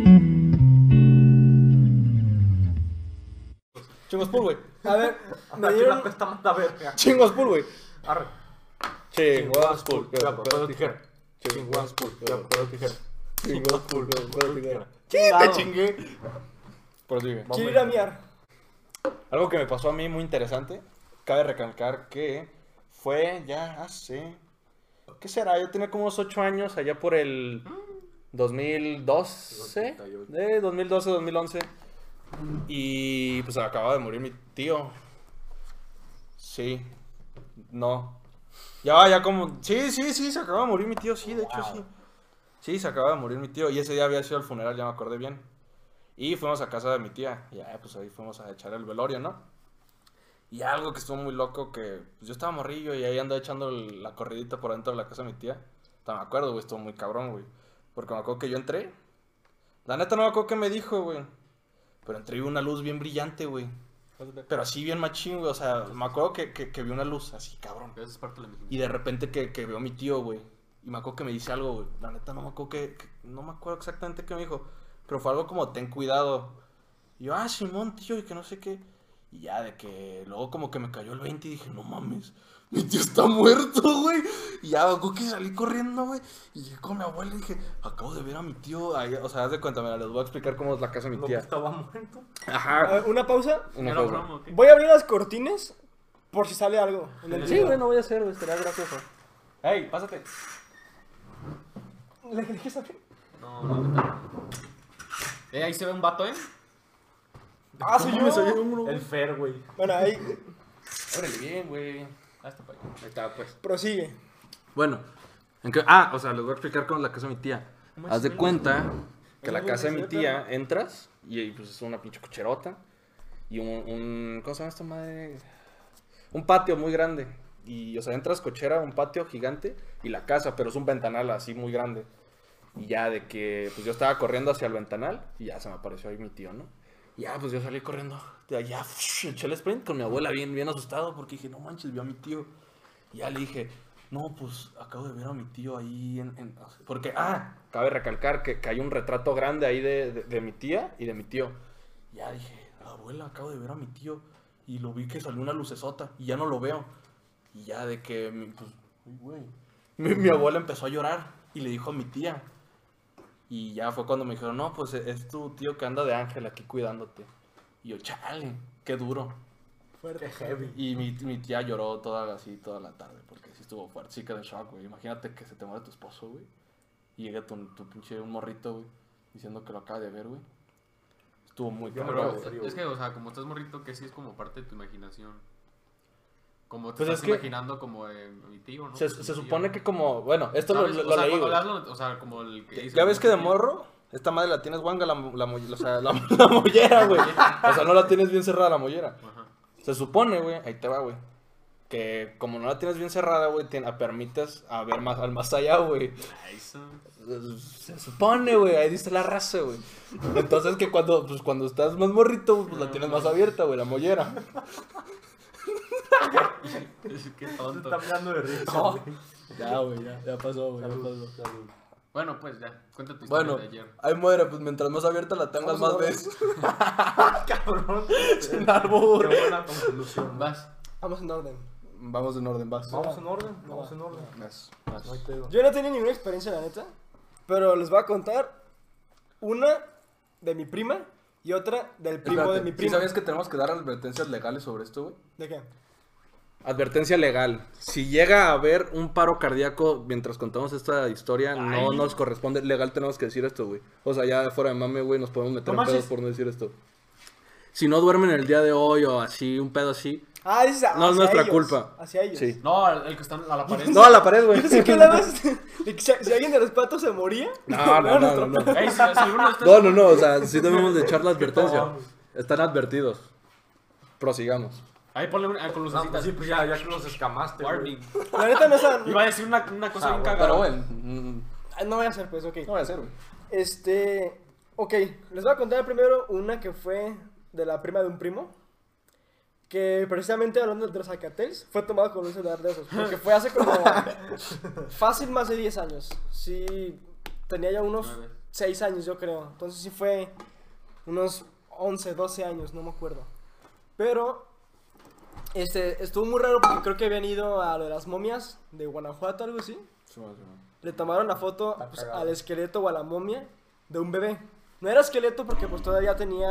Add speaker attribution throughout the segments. Speaker 1: Me dieron la pesta más la verga.
Speaker 2: Chingos pool, güey.
Speaker 1: Arre.
Speaker 2: Chingos pool.
Speaker 1: Ya, papel o tijera. Chinguas pool. Ya, papel o tijera.
Speaker 2: Chingos pool.
Speaker 1: Chingado.
Speaker 2: Te chingué. Pero sigue.
Speaker 1: Vamos.
Speaker 3: Quiero ir a miar.
Speaker 2: Algo que me pasó a mí muy interesante, cabe recalcar que fue ya hace... ¿Qué será? Yo tenía como unos 8 años allá por el 2012,
Speaker 1: 88.
Speaker 2: de 2012, 2011. Y pues acaba de morir mi tío. Sí. No. Ya, ya como... Sí, sí, sí, se acaba de morir mi tío, sí, de hecho sí. Sí, se acaba de morir mi tío. Y ese día había sido el funeral, ya me acordé bien. Y fuimos a casa de mi tía. Y ya, pues ahí fuimos a echar el velorio, ¿no? Y algo que estuvo muy loco, que pues, yo estaba morrillo y ahí andaba echando el- la corridita por dentro de la casa de mi tía. Hasta me acuerdo, güey, estuvo muy cabrón, güey. Porque me acuerdo que yo entré. La neta no me acuerdo qué me dijo, güey. Pero entré y vi una luz bien brillante, güey. Pero así bien machín, güey. O sea, me acuerdo que, que, que vi una luz así, cabrón.
Speaker 1: Esa es parte de la
Speaker 2: Y de repente que, que veo a mi tío, güey. Y me acuerdo que me dice algo, güey. La neta no me acuerdo que, que- No me acuerdo exactamente qué me dijo. Pero fue algo como, ten cuidado. Y yo, ah, Simón, tío, y que no sé qué. Y ya de que luego como que me cayó el 20 y dije, no mames, mi tío está muerto, güey. Y ya me acuerdo que salí corriendo, güey. Y llegué con mi abuela y dije, acabo de ver a mi tío. ahí". o sea, haz de cuenta, mira, les voy a explicar cómo es la casa de mi
Speaker 1: No que
Speaker 2: tía.
Speaker 1: estaba muerto.
Speaker 3: A
Speaker 2: Ajá.
Speaker 3: ver, Una pausa.
Speaker 2: Una
Speaker 4: Era
Speaker 2: cosa.
Speaker 4: broma, ¿o qué?
Speaker 3: Voy a abrir las cortinas por si sale algo. en el
Speaker 2: Sí,
Speaker 3: video.
Speaker 2: güey, no voy a hacer, güey, será gracioso. Ey, pásate.
Speaker 3: ¿Le dejes abrir?
Speaker 4: No, no, no. Eh, ahí se ve un vato, ¿eh?
Speaker 3: Ah, soy yo.
Speaker 1: El Fer, güey.
Speaker 3: Bueno, ahí
Speaker 2: Ábrele bien, güey.
Speaker 4: Ah, está para
Speaker 2: Ahí está, pues.
Speaker 3: prosigue.
Speaker 2: Bueno, en que- ah, o sea, les voy a explicar cómo es la casa de mi tía. Haz de cuenta que la casa de mi tía entras y, ahí, pues es una pinche cocherota y un, un ¿cómo se llama esta madre? Un patio muy grande y o sea, entras cochera, un patio gigante y la casa, pero es un ventanal así muy grande. Y ya de que pues yo estaba corriendo hacia el ventanal y ya se me apareció ahí mi tío, ¿no? Y Ya, pues yo salí corriendo de allá, eché el sprint con mi abuela bien, bien asustado porque dije, no manches, vio a mi tío. Y ya le dije, no, pues acabo de ver a mi tío ahí en... en-". Porque, ah, cabe recalcar que, que hay un retrato grande ahí de, de- de mi tía y de mi tío. Ya dije, abuela, acabo de ver a mi tío. Y lo vi que salió una lucesota y ya no lo veo. Y ya de que, mi- pues, uy, güey. Mi, mi abuela empezó a llorar y le dijo a mi tía. Y ya fue cuando me dijeron, no, pues es- es tu tío que anda de ángel aquí cuidándote. Y yo, chale, qué duro.
Speaker 1: Qué
Speaker 3: Fuerte.
Speaker 1: heavy.
Speaker 2: Y mi, mi tía lloró toda la, así, toda la tarde, porque sí estuvo fuerte, sí quedó en shock, güey. Imagínate que se te muere tu esposo, güey. Y llega tu, tu pinche un morrito, güey, diciendo que lo acaba de ver, güey. Estuvo muy
Speaker 1: Yo me
Speaker 2: cabrón,
Speaker 1: lo-
Speaker 2: güey.
Speaker 1: frío,
Speaker 4: Es que,
Speaker 1: güey.
Speaker 4: o sea, como estás morrito, que sí es como parte de tu imaginación. Como te
Speaker 2: Pues
Speaker 4: estás
Speaker 2: es que-
Speaker 4: imaginando como eh, mi tío, ¿no?
Speaker 2: Se,
Speaker 4: Pues,
Speaker 2: se
Speaker 4: mi tío.
Speaker 2: supone que como, bueno, esto lo,
Speaker 4: ¿Sabes?
Speaker 2: lo-
Speaker 4: o
Speaker 2: lo
Speaker 4: sea,
Speaker 2: leí,
Speaker 4: cuando
Speaker 2: güey.
Speaker 4: das lo- o sea, como el que hizo
Speaker 2: Ya ves
Speaker 4: mi
Speaker 2: que de
Speaker 4: tío.
Speaker 2: morro, esta madre la tienes guanga la, mo- la, mo- o sea, la- la mollera, güey. O sea, no la tienes bien cerrada la mollera.
Speaker 4: Ajá.
Speaker 2: Se supone, güey, ahí te va, güey. Que como no la tienes bien cerrada, güey, te la permites a ver más, al más allá, güey.
Speaker 4: Ah, eso.
Speaker 2: Se supone, güey, ahí dice la raza, güey. Entonces que cuando, pues, cuando estás más morrito, pues la tienes más abierta, güey, la mollera.
Speaker 4: Qué
Speaker 1: Se
Speaker 4: tonto.
Speaker 1: está hablando de risa,
Speaker 2: No.
Speaker 1: güey.
Speaker 2: Ya, güey, ya, ya pasó, güey,
Speaker 1: Salud, salud.
Speaker 4: Bueno, pues ya, cuenta tu historia
Speaker 2: Bueno,
Speaker 4: de ayer.
Speaker 2: ahí muere, pues mientras más abierta la tengas, más
Speaker 3: Vamos, vamos.
Speaker 2: ves.
Speaker 1: Ah, Cabrón.
Speaker 2: Sin
Speaker 1: Qué
Speaker 2: árbol.
Speaker 1: buena conclusión.
Speaker 4: Vas.
Speaker 3: Vamos en orden.
Speaker 2: Vamos en orden, vas.
Speaker 1: Vamos en orden, vamos en orden.
Speaker 2: Vas,
Speaker 1: No
Speaker 2: vas.
Speaker 1: hay pedo.
Speaker 3: Yo no tenía ninguna experiencia, la neta. Pero les voy a contar una de mi prima y otra del primo
Speaker 2: Espérate,
Speaker 3: de mi
Speaker 2: ¿sí
Speaker 3: prima.
Speaker 2: sabías que tenemos que dar advertencias legales sobre esto, güey?
Speaker 3: ¿De qué?
Speaker 2: Advertencia legal. Si llega a haber un paro cardíaco mientras contamos esta historia, no nos corresponde. Legal tenemos que decir esto, güey. O sea, ya fuera de mame, güey, nos podemos meter
Speaker 1: No
Speaker 2: en pedos
Speaker 1: manches.
Speaker 2: por no decir esto. Si no duermen el día de hoy o así, un pedo así.
Speaker 3: Ah, dices
Speaker 2: No es
Speaker 3: hacia
Speaker 2: nuestra
Speaker 3: ellos,
Speaker 2: culpa.
Speaker 3: Hacia ellos.
Speaker 2: Sí.
Speaker 4: No, el, el que está a la pared.
Speaker 2: No, a la pared, güey.
Speaker 3: Yo pensé que hablabas de que si si alguien de los patos se moría.
Speaker 2: No, no, no, no, no.
Speaker 4: Ey, si, si uno está
Speaker 2: No, no, no, o sea, sí debemos de echar la advertencia.
Speaker 1: cabrón.
Speaker 2: Están advertidos. Prosigamos.
Speaker 4: Ahí ponle una, ah, con
Speaker 1: No,
Speaker 4: lucecitas.
Speaker 1: pues sí, pues ya, ya que los escamaste. güey.
Speaker 4: Warning.
Speaker 3: La neta no saben.
Speaker 4: Iba a decir una, una cosa
Speaker 1: Ah,
Speaker 4: bien
Speaker 1: bueno,
Speaker 4: cagada.
Speaker 2: bueno,
Speaker 3: Ah, No voy a hacer, pues, ok.
Speaker 2: voy a hacer, güey.
Speaker 3: Este. Ok, les voy a contar primero una que fue de la prima de un primo. Que precisamente hablando de los Alcatels, fue tomado con un celular de esos. Porque fue hace como. fácil más de 10 años. Sí, tenía ya unos
Speaker 4: Nueve.
Speaker 3: 6 años, yo creo. Entonces sí fue unos 11, 12 años, no me acuerdo. Pero Este, estuvo muy raro porque creo que habían ido a lo de las momias de Guanajuato, algo así. Le tomaron la foto
Speaker 1: Está
Speaker 3: pues,
Speaker 1: cagado.
Speaker 3: al esqueleto o a la momia de un bebé. No era esqueleto porque pues todavía tenía...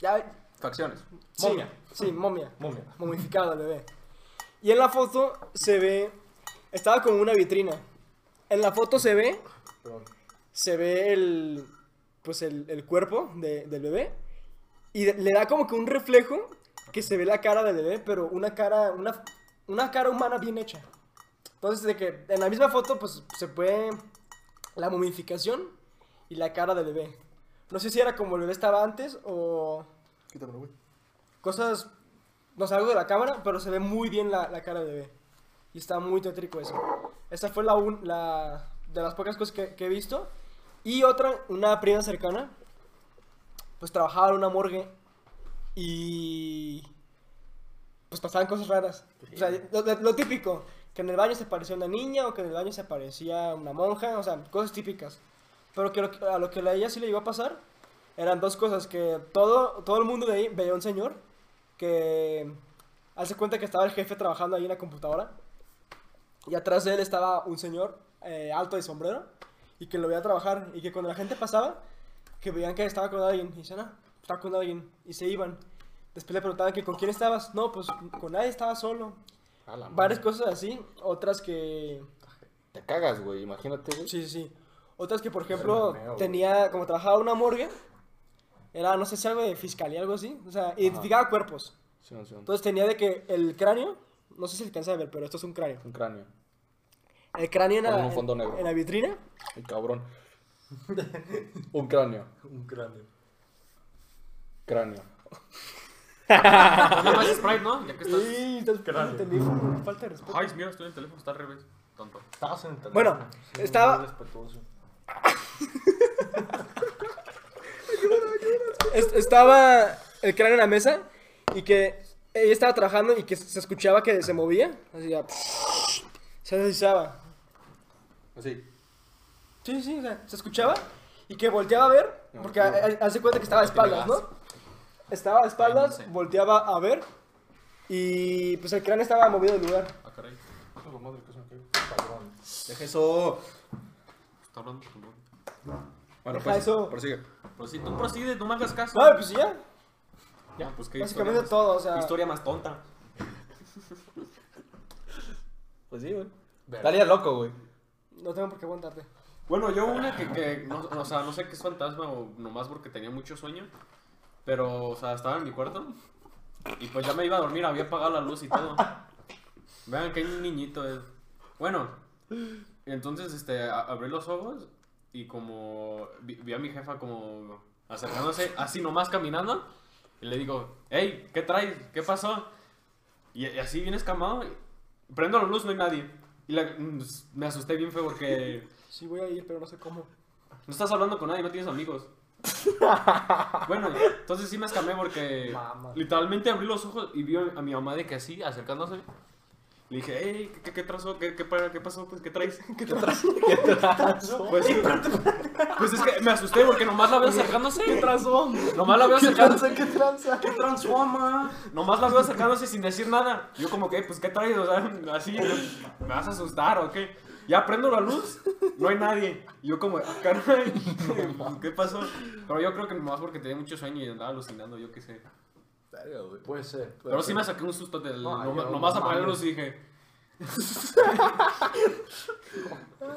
Speaker 3: Ya...
Speaker 1: Facciones.
Speaker 3: sí,
Speaker 1: Momia.
Speaker 3: Sí, momia.
Speaker 1: Momia.
Speaker 3: Momificado el bebé. Y en la foto se ve... Estaba como una vitrina. En la foto se ve...
Speaker 1: Perdón.
Speaker 3: Se ve el... Pues el, el cuerpo de- del bebé. Y de- le da como que un reflejo que se ve la cara del bebé, pero una cara... Una, una cara humana bien hecha. Entonces, de que en la misma foto, pues se puede la momificación y la cara del bebé. No sé si era como el bebé estaba antes o
Speaker 5: Quítamelo, güey.
Speaker 3: cosas. No salgo de la cámara, pero se ve muy bien la, la cara del bebé. Y está muy tétrico eso. Esa fue la, un- la de las pocas cosas que, que he visto. Y otra, una prima cercana, pues trabajaba en una morgue y. Pues pasaban cosas raras. O sea, lo, lo- lo típico: que en el baño se aparecía una niña o que en el baño se aparecía una monja, o sea, cosas típicas. Pero que lo que- a lo que a ella sí le iba a pasar eran dos cosas: que todo, todo el mundo de ahí veía un señor que hace cuenta que estaba el jefe trabajando ahí en la computadora y atrás de él estaba un señor eh, alto de sombrero y que lo veía trabajar y que cuando la gente pasaba que veían que estaba con alguien y decían, ah, estaba con alguien y se iban. Después le preguntaban que con quién estabas. No, pues con nadie estaba solo.
Speaker 2: A la madre.
Speaker 3: Varias cosas así, otras que...
Speaker 2: Te cagas, güey, imagínate, güey.
Speaker 3: Sí, sí, sí. Otras que,
Speaker 2: Pues
Speaker 3: por ejemplo,
Speaker 1: mameo, güey.
Speaker 3: tenía, como trabajaba en una morgue, era, no sé si algo de fiscalía, algo así. O sea, identificaba cuerpos.
Speaker 2: Sí, no, sí, no.
Speaker 3: Entonces tenía de que el cráneo, no sé si alcanza a ver, pero esto es un cráneo.
Speaker 2: Un cráneo.
Speaker 3: El cráneo en
Speaker 2: Con
Speaker 3: la,
Speaker 2: un fondo negro.
Speaker 3: en la vitrina
Speaker 2: El cabrón. Un cráneo.
Speaker 1: Un cráneo.
Speaker 2: Cráneo.
Speaker 4: No más Sprite, ¿no? Ya que estás.
Speaker 3: Y entonces,
Speaker 1: Cráneo.
Speaker 3: entendí, fue falta de respeto.
Speaker 4: Ay, mira, estoy en el teléfono, está al revés. Tonto.
Speaker 1: Estabas en el teléfono.
Speaker 3: Bueno,
Speaker 1: Ah, Sí,
Speaker 3: estaba-
Speaker 1: muy respetuoso.
Speaker 3: Es- estaba el cráneo en la mesa y que ella estaba trabajando y que se escuchaba que se movía. Así ya, se deslizaba.
Speaker 2: Así.
Speaker 3: Sí, sí, o sea, se escuchaba y que volteaba a ver, porque ha- ha- hace cuenta que estaba a espaldas, ¿no? Estaba a espaldas,
Speaker 4: Ay, no sé.
Speaker 3: volteaba a ver y pues el cráneo estaba movido del lugar.
Speaker 4: Ah, caray.
Speaker 1: Cabrón.
Speaker 5: Deja eso.
Speaker 4: Está hablando tu nombre.
Speaker 2: Bueno,
Speaker 3: Deja
Speaker 2: pues,
Speaker 3: eso.
Speaker 2: prosigue.
Speaker 4: Pero Pues si tú prosigue, no me hagas caso.
Speaker 3: No, pues ya,
Speaker 4: Ya, pues qué historia.
Speaker 3: básicamente
Speaker 4: más-
Speaker 3: todo, o sea,
Speaker 4: Historia más tonta.
Speaker 2: Pues sí, güey.
Speaker 1: Ver.
Speaker 2: Daría loco, güey.
Speaker 3: no tengo por qué aguantarte.
Speaker 4: Bueno, yo una que, que no, o sea, no sé qué es fantasma o nomás porque tenía mucho sueño, pero, o sea, estaba en mi cuarto y pues ya me iba a dormir, había apagado la luz y todo. Vean que hay un niñito es. Bueno, entonces, este, a- abrí los ojos y como vi, vi a mi jefa como acercándose, así nomás caminando, y le digo, hey, ¿qué traes? ¿Qué pasó? Y, y así bien escamado, y prendo la luz, no hay nadie. Y la- mm, me asusté bien feo porque...
Speaker 3: Sí voy a ir, pero no sé cómo.
Speaker 4: No estás hablando con nadie, no tienes amigos. bueno, entonces sí me escamé porque
Speaker 1: Mamá.
Speaker 4: literalmente abrí los ojos y vi a mi mamá de que así, acercándose. Le dije, hey, ¿qué, qué, qué trazo? ¿Qué, qué, pa- qué pasó? Pues, ¿Qué traes?
Speaker 3: ¿Qué te traes?
Speaker 4: Pues, pues es que me asusté porque nomás la veo acercándose. ¿Qué trazo? Nomás la veo acercándose.
Speaker 3: ¿Qué tranza?
Speaker 4: ¿Qué transforma? Nomás la veo acercándose sin decir nada. Yo como que, pues, ¿qué traes? O sea, así, ¿me vas a asustar o qué? Ya prendo la luz, no hay nadie. Yo como, ah, caray, ¿qué pasó? Pero yo creo que nomás porque tenía mucho sueño y andaba alucinando, yo qué sé.
Speaker 1: Puede ser. puede
Speaker 4: Pero sí
Speaker 1: ser.
Speaker 4: me saqué un susto del...
Speaker 1: No,
Speaker 4: noma-
Speaker 1: yo-
Speaker 4: nomás apagué la
Speaker 1: mames.
Speaker 4: luz y dije...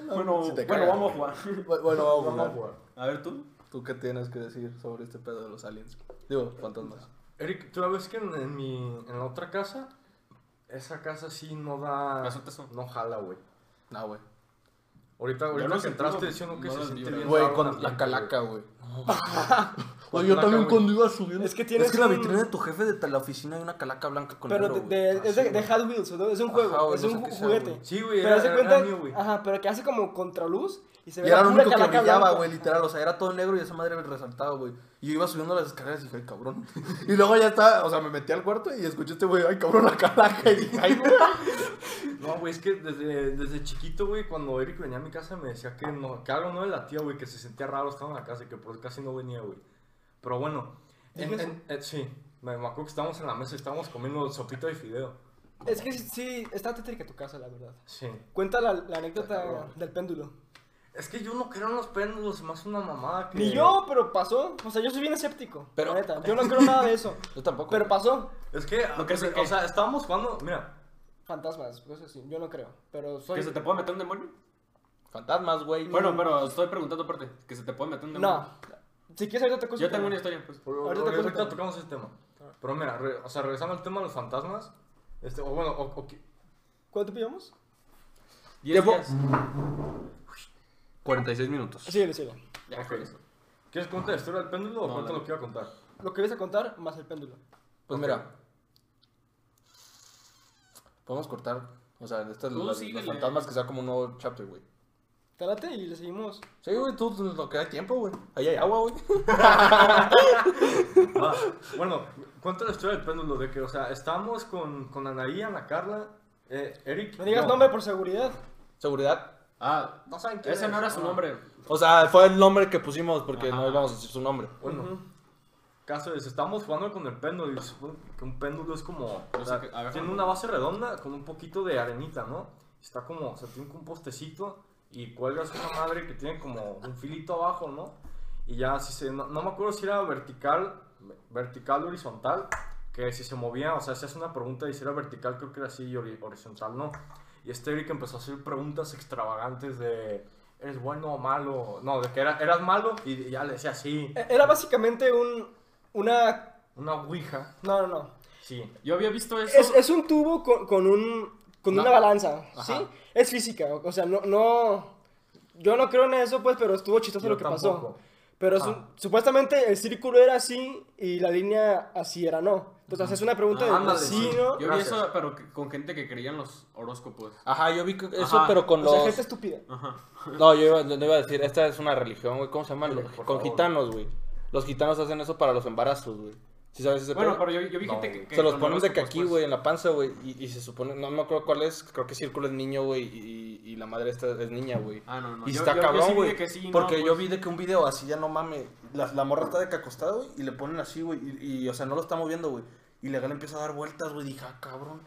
Speaker 4: bueno,
Speaker 5: Si te
Speaker 4: bueno,
Speaker 5: cagas,
Speaker 4: vamos a jugar.
Speaker 5: Bu- Bueno,
Speaker 1: Vamos a
Speaker 5: vamos
Speaker 1: jugar.
Speaker 4: A ver, ¿tú?
Speaker 5: ¿Tú qué tienes que decir sobre este pedo de los aliens? Digo, fantasmas.
Speaker 1: Eric, tú ves que en, en mi en la otra casa, esa casa sí no da.
Speaker 4: Me asusta eso.
Speaker 1: No jala, güey.
Speaker 5: No, güey.
Speaker 1: Ahorita,
Speaker 4: lo
Speaker 1: ahorita que
Speaker 4: sentí,
Speaker 1: entraste
Speaker 4: güey.
Speaker 1: diciendo que
Speaker 4: No
Speaker 1: se
Speaker 4: las
Speaker 1: siente
Speaker 4: vibras.
Speaker 1: bien.
Speaker 5: Güey,
Speaker 1: raro un
Speaker 5: con la
Speaker 1: ambiente,
Speaker 5: calaca, güey.
Speaker 1: Con
Speaker 5: Oye, yo
Speaker 1: la
Speaker 5: también
Speaker 1: calaca,
Speaker 5: cuando iba subiendo.
Speaker 3: Es que tienes
Speaker 5: Es que la
Speaker 3: un-
Speaker 5: vitrina de tu jefe de ta- la oficina hay una calaca blanca con
Speaker 3: Pero
Speaker 5: negro,
Speaker 3: de-
Speaker 5: güey.
Speaker 3: de-
Speaker 2: Ah,
Speaker 3: es de,
Speaker 5: Así,
Speaker 3: de
Speaker 5: güey.
Speaker 3: Hot Wheels, ¿no? es un juego,
Speaker 5: Ajá, güey,
Speaker 3: es
Speaker 5: no
Speaker 3: un
Speaker 5: sé qué
Speaker 3: ju-
Speaker 5: sea,
Speaker 3: juguete.
Speaker 5: güey.
Speaker 1: Sí, güey,
Speaker 3: pero
Speaker 1: era,
Speaker 3: hace
Speaker 1: era
Speaker 3: cuenta,
Speaker 1: mío, güey.
Speaker 3: ajá, pero que hace como contraluz y se
Speaker 5: Y
Speaker 3: ve
Speaker 5: era
Speaker 3: la
Speaker 5: lo
Speaker 3: pura
Speaker 5: único que
Speaker 3: calaca
Speaker 5: brillaba,
Speaker 3: blanca.
Speaker 5: güey, literal. O sea, era todo negro y esa madre resaltaba, güey. Y yo iba subiendo las escaleras y dije, ay, cabrón. Y luego ya estaba, o sea, me metí al cuarto y escuché este güey, ay, cabrón, la calaca. Y dije, ay, güey.
Speaker 1: No, güey, es que desde, desde chiquito, güey, cuando Eric venía a mi casa me decía que, no, que algo no le latía, güey, que se sentía raro estando en la casa y que por eso casi no venía, güey. Pero bueno, en-
Speaker 3: ¿Dijo
Speaker 1: en- eh, sí, Me me acuerdo que estábamos en la mesa y estábamos comiendo sopita de fideo.
Speaker 3: Es que sí, sí, está tétrica tu casa, la verdad.
Speaker 1: Sí.
Speaker 3: Cuenta la, la anécdota del péndulo.
Speaker 1: Es que yo no creo en los péndulos, más una mamada que...
Speaker 3: Ni yo, pero pasó. O sea, yo soy bien escéptico.
Speaker 2: Pero-
Speaker 3: Pero. neta, yo no creo nada de eso.
Speaker 2: Yo tampoco.
Speaker 3: Pero pasó.
Speaker 1: Es que,
Speaker 4: ¿No crees en
Speaker 1: o
Speaker 4: qué?
Speaker 1: sea, estábamos jugando... Mira,
Speaker 3: Fantasmas, cosas así. Yo no creo. Pero soy.
Speaker 4: ¿Que se te puede meter un demonio?
Speaker 2: Fantasmas,
Speaker 1: Mm.
Speaker 2: güey.
Speaker 4: Bueno, pero estoy preguntando aparte. ¿Que se te puede meter un demonio?
Speaker 3: No. Si quieres, ahorita te cuento.
Speaker 4: Yo tengo una historia, pues.
Speaker 1: Por-
Speaker 3: Ahorita
Speaker 1: por-
Speaker 3: te
Speaker 1: ahorita
Speaker 3: cuento.
Speaker 1: tocamos ese tema. Pero mira, re- o sea, regresando al tema de los fantasmas. Este, o bueno, o, o que-
Speaker 3: ¿Cuánto pillamos?
Speaker 4: Diez
Speaker 2: Tiempo.
Speaker 4: días.
Speaker 2: 46 minutos.
Speaker 3: Sí, le sigo.
Speaker 4: Ya,
Speaker 1: Ok.
Speaker 4: con eso.
Speaker 1: ¿Quieres contar la historia del péndulo o
Speaker 4: No,
Speaker 1: cuento
Speaker 4: dale.
Speaker 1: lo que iba a contar?
Speaker 3: Lo que ibas a contar más el péndulo.
Speaker 2: Pues mira. Podemos cortar. O sea, estas
Speaker 4: Tú
Speaker 2: las,
Speaker 4: síguele.
Speaker 2: los fantasmas que sea como un nuevo chapter, güey.
Speaker 3: Te late y le seguimos.
Speaker 2: Sí, güey, tú lo que da tiempo, güey. Ahí hay agua, güey.
Speaker 1: Va, bueno, cuento la historia del péndulo de que, o sea, estábamos con, con Anaí, Ana Carla, eh, Eric.
Speaker 3: No digas nombre por seguridad.
Speaker 2: Seguridad.
Speaker 4: Ah,
Speaker 1: No saben quién
Speaker 4: ese
Speaker 1: es,
Speaker 4: no era su
Speaker 1: ah.
Speaker 4: nombre.
Speaker 2: O sea, fue el nombre que pusimos porque
Speaker 4: Ajá.
Speaker 2: no íbamos a decir su nombre.
Speaker 1: Bueno, caso es, estamos jugando con el péndulo y supongo que un péndulo es como,
Speaker 4: No
Speaker 1: o
Speaker 4: sé
Speaker 1: sea,
Speaker 4: qué- a ver,
Speaker 1: tiene
Speaker 4: ¿cómo?
Speaker 1: una base redonda con un poquito de arenita, ¿no? Está como, o sea, tiene un postecito y cuelgas una madre que tiene como un filito abajo, ¿no? Y ya, si se, no, no me acuerdo si era vertical, vertical o horizontal, que si se movía, o sea, se hace una pregunta y si era vertical creo que era así y hori- horizontal no. Y este Eric empezó a hacer preguntas extravagantes de, ¿eres bueno o malo? No, de que era, eras malo y ya le decía, sí.
Speaker 3: E- Era básicamente un. Una.
Speaker 1: Una ouija,
Speaker 3: No, no, no.
Speaker 1: sí.
Speaker 4: Yo había visto eso.
Speaker 3: Es, es un tubo con, con un. Con
Speaker 2: No.
Speaker 3: una balanza, ¿sí? Es física, o o sea, no, no. Yo no creo en eso, pues, pero estuvo chistoso
Speaker 1: Yo
Speaker 3: lo que pasó.
Speaker 1: tampoco.
Speaker 3: Pero su-
Speaker 1: Ah.
Speaker 3: supuestamente el círculo era así y la línea así era, no. Entonces es una pregunta
Speaker 1: Ah, ándale,
Speaker 3: de sí,
Speaker 1: sí.
Speaker 3: ¿no?
Speaker 4: Yo vi
Speaker 1: Gracias.
Speaker 4: eso, pero que- con gente que creía en los horóscopos.
Speaker 2: Ajá, yo vi que eso,
Speaker 4: Ajá.
Speaker 2: pero con
Speaker 3: O
Speaker 2: los.
Speaker 3: sea, gente estúpida.
Speaker 2: No, yo iba, no iba a decir, esta es una religión, güey. ¿Cómo se llama? Con
Speaker 1: por favor.
Speaker 2: gitanos, güey. Los gitanos hacen eso para los embarazos, güey. ¿Sí sabes ese
Speaker 4: Bueno,
Speaker 2: pedo?
Speaker 4: pero yo, yo vi
Speaker 1: No,
Speaker 4: gente
Speaker 1: güey.
Speaker 4: que, que
Speaker 2: se los
Speaker 4: con
Speaker 2: ponen de que
Speaker 4: horóscopos,
Speaker 2: aquí,
Speaker 4: pues.
Speaker 2: güey, en la panza, güey. Y, y se supone, no me acuerdo cuál es, creo que círculo es niño, güey. Y, y- y la madre esta es niña, güey.
Speaker 4: Ah, no, no.
Speaker 2: Y
Speaker 4: Yo-
Speaker 2: está
Speaker 4: yo- yo sí
Speaker 2: cabrón,
Speaker 4: vi
Speaker 2: güey.
Speaker 4: de que sí, no,
Speaker 2: porque yo
Speaker 4: pues.
Speaker 2: vi de que un video así ya no mames. La, la morra está de que acostada, güey. Y le ponen así, güey. Y, y, o sea, no lo está moviendo, güey. Y legal empieza a dar vueltas, güey. Dije, ah, cabrón.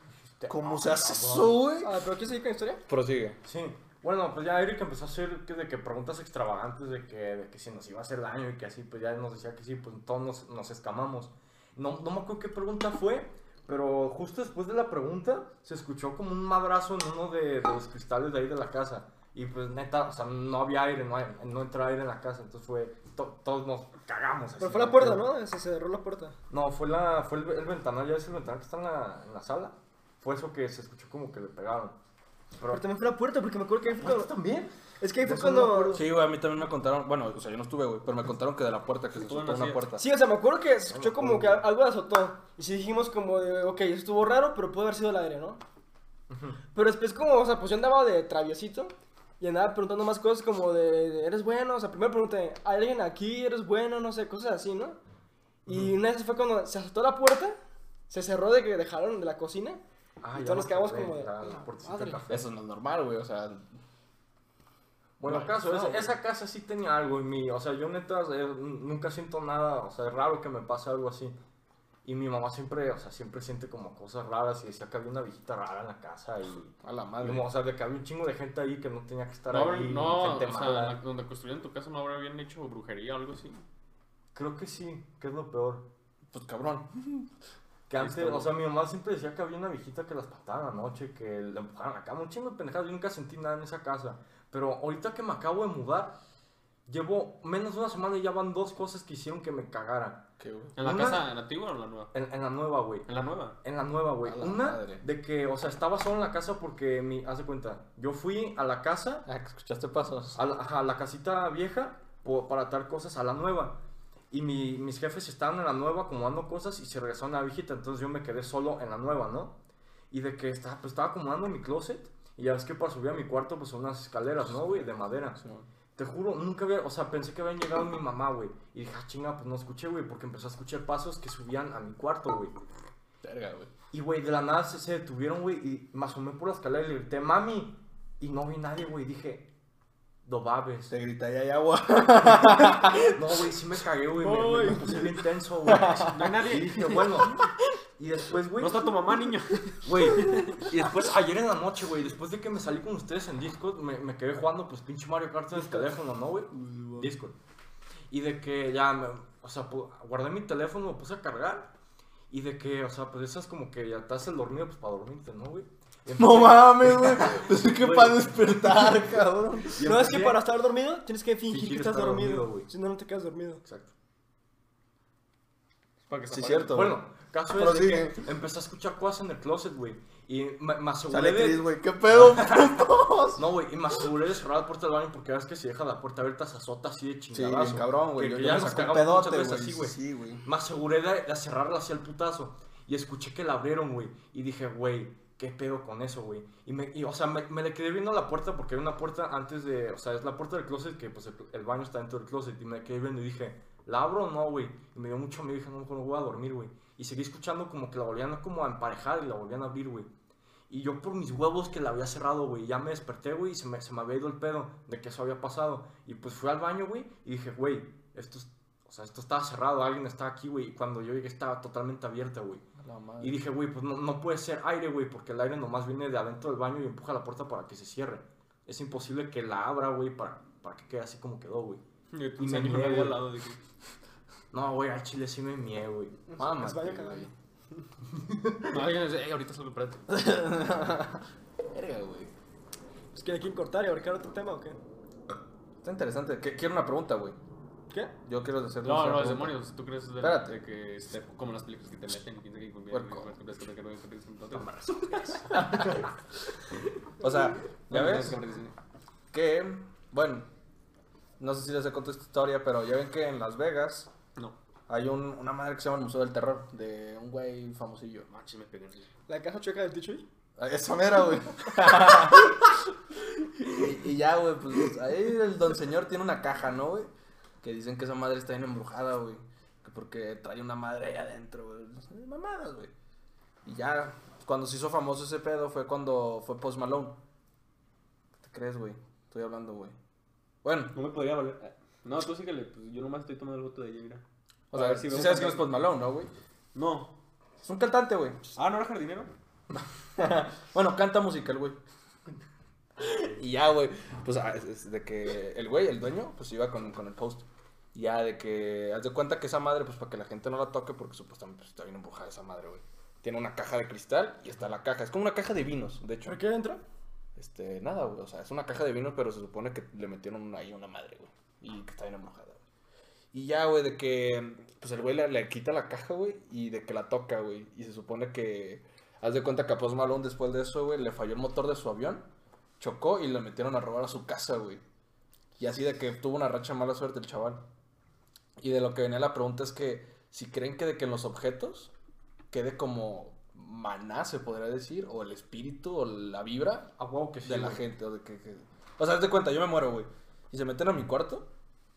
Speaker 2: ¿Cómo
Speaker 4: ah,
Speaker 2: se hace eso, güey?
Speaker 3: Ah, pero ¿quieres seguir con la historia?
Speaker 2: Prosigue.
Speaker 1: Sí. Bueno, pues ya Eric empezó a hacer que, de que preguntas extravagantes de que, de que si nos iba a hacer daño y que así, pues ya nos decía que sí, pues todos nos, nos escamamos. No, no me acuerdo qué pregunta fue, pero justo después de la pregunta se escuchó como un madrazo en uno de, de los cristales de ahí de la casa. Y pues neta, o sea, no había aire, no, hay- no entra aire en la casa, entonces fue, to- todos nos cagamos.
Speaker 3: Pero
Speaker 1: así,
Speaker 3: fue la
Speaker 1: ¿no?
Speaker 3: puerta, ¿no? Se cerró la puerta.
Speaker 1: No, fue, la, fue el, el ventanal, ya ves el ventanal que está en la, en la sala. Fue eso que se escuchó como que le pegaron. Pero, Ah,
Speaker 3: Pero también fue la puerta, porque me acuerdo que ahí fue cuando...
Speaker 1: también?
Speaker 3: Es que ahí fue
Speaker 1: Eso no me
Speaker 3: cuando...
Speaker 1: acuerdo.
Speaker 2: Sí, güey, a mí también me contaron. Bueno, o sea, yo no estuve, güey. Pero me contaron que de la puerta, que se
Speaker 4: Estuvo
Speaker 2: soltó
Speaker 4: vacía.
Speaker 2: una puerta.
Speaker 3: Sí, o sea, me acuerdo que se escuchó como que algo la azotó. Y sí dijimos como de, ok, eso estuvo raro, pero puede haber sido el aire, ¿no? Pero después como, o sea, pues yo andaba de traviesito y andaba preguntando más cosas como de, de, ¿eres bueno? O sea, primero pregunté, ¿hay alguien aquí? ¿Eres bueno? No sé, cosas así, ¿no? Y una vez fue cuando se azotó la puerta, se cerró de que dejaron de la cocina.
Speaker 1: Ah,
Speaker 3: y
Speaker 1: ya
Speaker 3: todos nos
Speaker 1: me
Speaker 3: quedamos
Speaker 1: acordé,
Speaker 3: como de...
Speaker 1: la-
Speaker 3: "Ah,
Speaker 1: la puertecita
Speaker 3: madre".
Speaker 1: café.
Speaker 2: Eso no es normal, güey. O sea,
Speaker 1: Bueno,
Speaker 2: No,
Speaker 1: caso,
Speaker 2: no,
Speaker 1: esa,
Speaker 2: güey.
Speaker 1: esa casa sí tenía algo en mí. O sea, yo neta eh, n- nunca siento nada. O sea, es raro que me pase algo así. Y mi mamá siempre, o sea, siempre siente como cosas raras. Y decía que había una viejita rara en la casa. Y,
Speaker 2: a la
Speaker 1: y
Speaker 2: madre.
Speaker 1: como, o sea, de que había un chingo de gente ahí que no tenía que estar
Speaker 4: No,
Speaker 1: ahí.
Speaker 4: no,
Speaker 1: gente
Speaker 4: o sea,
Speaker 1: mala.
Speaker 4: la- donde construyeron tu casa no habrá bien hecho brujería o algo así.
Speaker 1: Creo que sí, que es lo peor.
Speaker 2: Pues cabrón.
Speaker 1: Que antes,
Speaker 4: Listo.
Speaker 1: o sea, mi mamá siempre decía que había una viejita que las pataba anoche, que le empujaban a la cama, un chingo de pendejadas. Yo nunca sentí nada en esa casa. Pero ahorita que me acabo de mudar, llevo menos de una semana y ya van dos cosas que hicieron que me cagara.
Speaker 2: Qué, güey.
Speaker 4: ¿En la
Speaker 1: Una-
Speaker 4: casa, en la antigua o en la nueva?
Speaker 1: En, en la nueva, güey.
Speaker 4: En la nueva.
Speaker 1: En la nueva, güey.
Speaker 2: A la
Speaker 1: Una
Speaker 2: madre.
Speaker 1: de que, o sea, estaba solo en la casa porque, mi, haz de cuenta, yo fui a la casa
Speaker 2: Ah, escuchaste pasos.
Speaker 1: a la, ajá, a la casita vieja po- para atar cosas a la nueva. Y mi- mis jefes estaban en la nueva acomodando cosas y se regresaron a la viejita. Entonces yo me quedé solo en la nueva, ¿no? Y de que estaba, pues, estaba acomodando mi closet. Y ya ves que para subir a mi cuarto, pues son unas escaleras, ¿no, güey? De madera. Te juro, nunca había, o sea, pensé que habían llegado mi mamá, güey. Y dije, ah, chinga, pues no escuché, güey, porque empecé a escuchar pasos que subían a mi cuarto, güey.
Speaker 2: Verga, güey.
Speaker 1: Y, güey, de la nada se, se detuvieron, güey, y me asomé por la escalera y le grité, mami. Y no vi nadie, güey. Dije, Dobabes.
Speaker 2: Te grita, ya hay agua.
Speaker 1: No, güey, sí me cagué, güey. me- Me, me puse bien tenso, güey. No hay nadie. Y dije, bueno. Y después, güey.
Speaker 4: No está tu mamá, niño.
Speaker 1: Güey, y después ayer en la noche, güey, después de que me salí con ustedes en Discord, me, me quedé jugando pues pinche Mario Kart en el teléfono, ¿no, güey? Discord. Y de que ya, me- o sea, pu- guardé mi teléfono, lo puse a cargar. Y de que, o sea, pues esas como que ya te haces dormido pues para dormirte, ¿no, güey? Y
Speaker 2: No
Speaker 1: empecé-
Speaker 2: mames, güey. Pues es que para despertar, cabrón.
Speaker 1: y
Speaker 3: No, es que
Speaker 1: empecé-
Speaker 3: para estar dormido tienes que fingir
Speaker 1: Fingir
Speaker 3: que estás
Speaker 1: estar dormido,
Speaker 3: dormido.
Speaker 1: güey.
Speaker 3: si no, no te quedas dormido.
Speaker 1: Exacto.
Speaker 4: Para que se
Speaker 2: Sí,
Speaker 4: apague.
Speaker 2: cierto.
Speaker 1: Bueno, caso es de
Speaker 2: Prosigue.
Speaker 1: que empecé a escuchar cosas en el closet, güey. Y me, me aseguré
Speaker 2: Sale
Speaker 1: de-
Speaker 2: Chris, güey. ¿Qué pedo, putos?
Speaker 1: No, güey, y me aseguré de cerrar la puerta del baño porque ves que si deja la puerta abierta se azota así de
Speaker 2: Sí,
Speaker 1: chingadazo.
Speaker 2: bien cabrón, güey.
Speaker 1: Que,
Speaker 2: Yo,
Speaker 1: que
Speaker 2: yo
Speaker 1: ya
Speaker 2: me
Speaker 1: nos
Speaker 2: sacó un
Speaker 1: cagamos muchas
Speaker 2: pedote,
Speaker 1: veces
Speaker 2: güey.
Speaker 1: así,
Speaker 2: Sí,
Speaker 1: güey.
Speaker 2: güey.
Speaker 1: Me aseguré de, de cerrarla así al putazo. Y escuché que la abrieron, güey. Y dije, güey, qué pedo con eso, güey. Y, me, y, o sea, me, me le quedé viendo a la puerta porque hay una puerta antes de. O sea, es la puerta del closet que pues el, el baño está dentro del closet. Y me quedé viendo y dije, ¿la abro o no, güey? Y me dio mucho miedo y dije, no, mejor no voy a dormir, güey. Y seguí escuchando como que la volvían como a emparejar y la volvían a abrir, güey. Y yo por mis huevos que la había cerrado, güey. Ya me desperté, güey, y se me, se me había ido el pedo de que eso había pasado. Y pues fui al baño, güey, y dije, güey, esto, es- o sea, esto estaba cerrado, alguien estaba aquí, güey. Y cuando yo llegué estaba totalmente abierta, güey.
Speaker 2: Ah,
Speaker 1: Y dije, güey, pues no, no puede ser aire, güey, porque el aire nomás viene de adentro del baño y empuja la puerta para que se cierre. Es imposible que la abra, güey, para, para que quede así como quedó, güey.
Speaker 4: Y
Speaker 1: Y
Speaker 4: tu
Speaker 1: me
Speaker 4: señor
Speaker 1: niego,
Speaker 4: ahí
Speaker 1: güey.
Speaker 4: al lado. dije,
Speaker 1: No, güey, al chile sí me mié, güey. Mamá.
Speaker 3: Es baño cada día.
Speaker 4: No, alguien dice, "Ey, ahorita solo espérate.
Speaker 2: Verga, güey.
Speaker 3: Es que hay que cortar y abarcar otro tema o qué?
Speaker 2: Está interesante. ¿Qué- Quiero una pregunta, güey.
Speaker 3: ¿Qué?
Speaker 2: Yo quiero hacerle
Speaker 4: No,
Speaker 2: una
Speaker 4: no, es
Speaker 2: pregunta.
Speaker 4: demonios. ¿Tú crees de,
Speaker 2: Espérate.
Speaker 4: de que este, como las películas que te meten y piensan que conviene?
Speaker 2: Puerco.
Speaker 4: Ya
Speaker 2: O sea, ¿ya ves? Que, bueno, no sé si les he contado esta historia, pero ya ven que en Las Vegas
Speaker 4: No.
Speaker 2: hay un, una madre que se llama el Museo del Terror, de un güey famosillo.
Speaker 4: Machi me pegué. en-
Speaker 3: ¿La caja chueca del ticho
Speaker 2: Ah, Esa mera, güey. y, y ya, güey, pues ahí el don señor tiene una caja, ¿no, güey? Que dicen que esa madre está bien embrujada, güey. Que porque trae una madre ahí adentro, güey. Mamadas, güey. Y ya, cuando se hizo famoso ese pedo fue cuando fue Post Malone. ¿Qué te crees, güey? Estoy hablando, güey. Bueno,
Speaker 4: No me podría valer. eh, No, tú síguele. Pues yo nomás estoy tomando el voto de ella, mira.
Speaker 2: o
Speaker 4: A
Speaker 2: sea,
Speaker 4: ver
Speaker 2: si
Speaker 4: si veo
Speaker 2: sabes
Speaker 4: un
Speaker 2: quién es Post Malone, ¿no, güey?
Speaker 4: No.
Speaker 2: Es un cantante, güey.
Speaker 4: Ah, ¿no era jardinero?
Speaker 2: Bueno, canta musical, güey. Y ya, güey. Pues ah, es- es de que el güey, el dueño, pues iba con, con el post. Y Ya de que, haz de cuenta que esa madre, pues para que la gente no la toque, porque supuestamente pues, está bien embrujada esa madre, güey. Tiene una caja de cristal y está la caja. Es como una caja de vinos, de hecho.
Speaker 3: ¿Por qué adentro?
Speaker 2: Este, nada, güey. O sea, es una caja de vinos, pero se supone que le metieron ahí una madre, güey. Y que está bien embrujada, güey. Y ya, güey, de que. Pues el güey le, le quita la caja, güey. Y de que la toca, güey. Y se supone que. Haz de cuenta que a Post Malone después de eso, güey, le falló el motor de su avión. Chocó y le metieron a robar a su casa, güey. Y así de que tuvo una racha de mala suerte el chaval. Y de lo que venía la pregunta es que. Si creen que de que en los objetos quede como maná, se podría decir, o el espíritu, o la vibra,
Speaker 1: A huevo que sí.
Speaker 2: de la
Speaker 1: güey.
Speaker 2: gente. O, de que, que- o sea, haz de cuenta, yo me muero, güey. Y se meten a mi cuarto.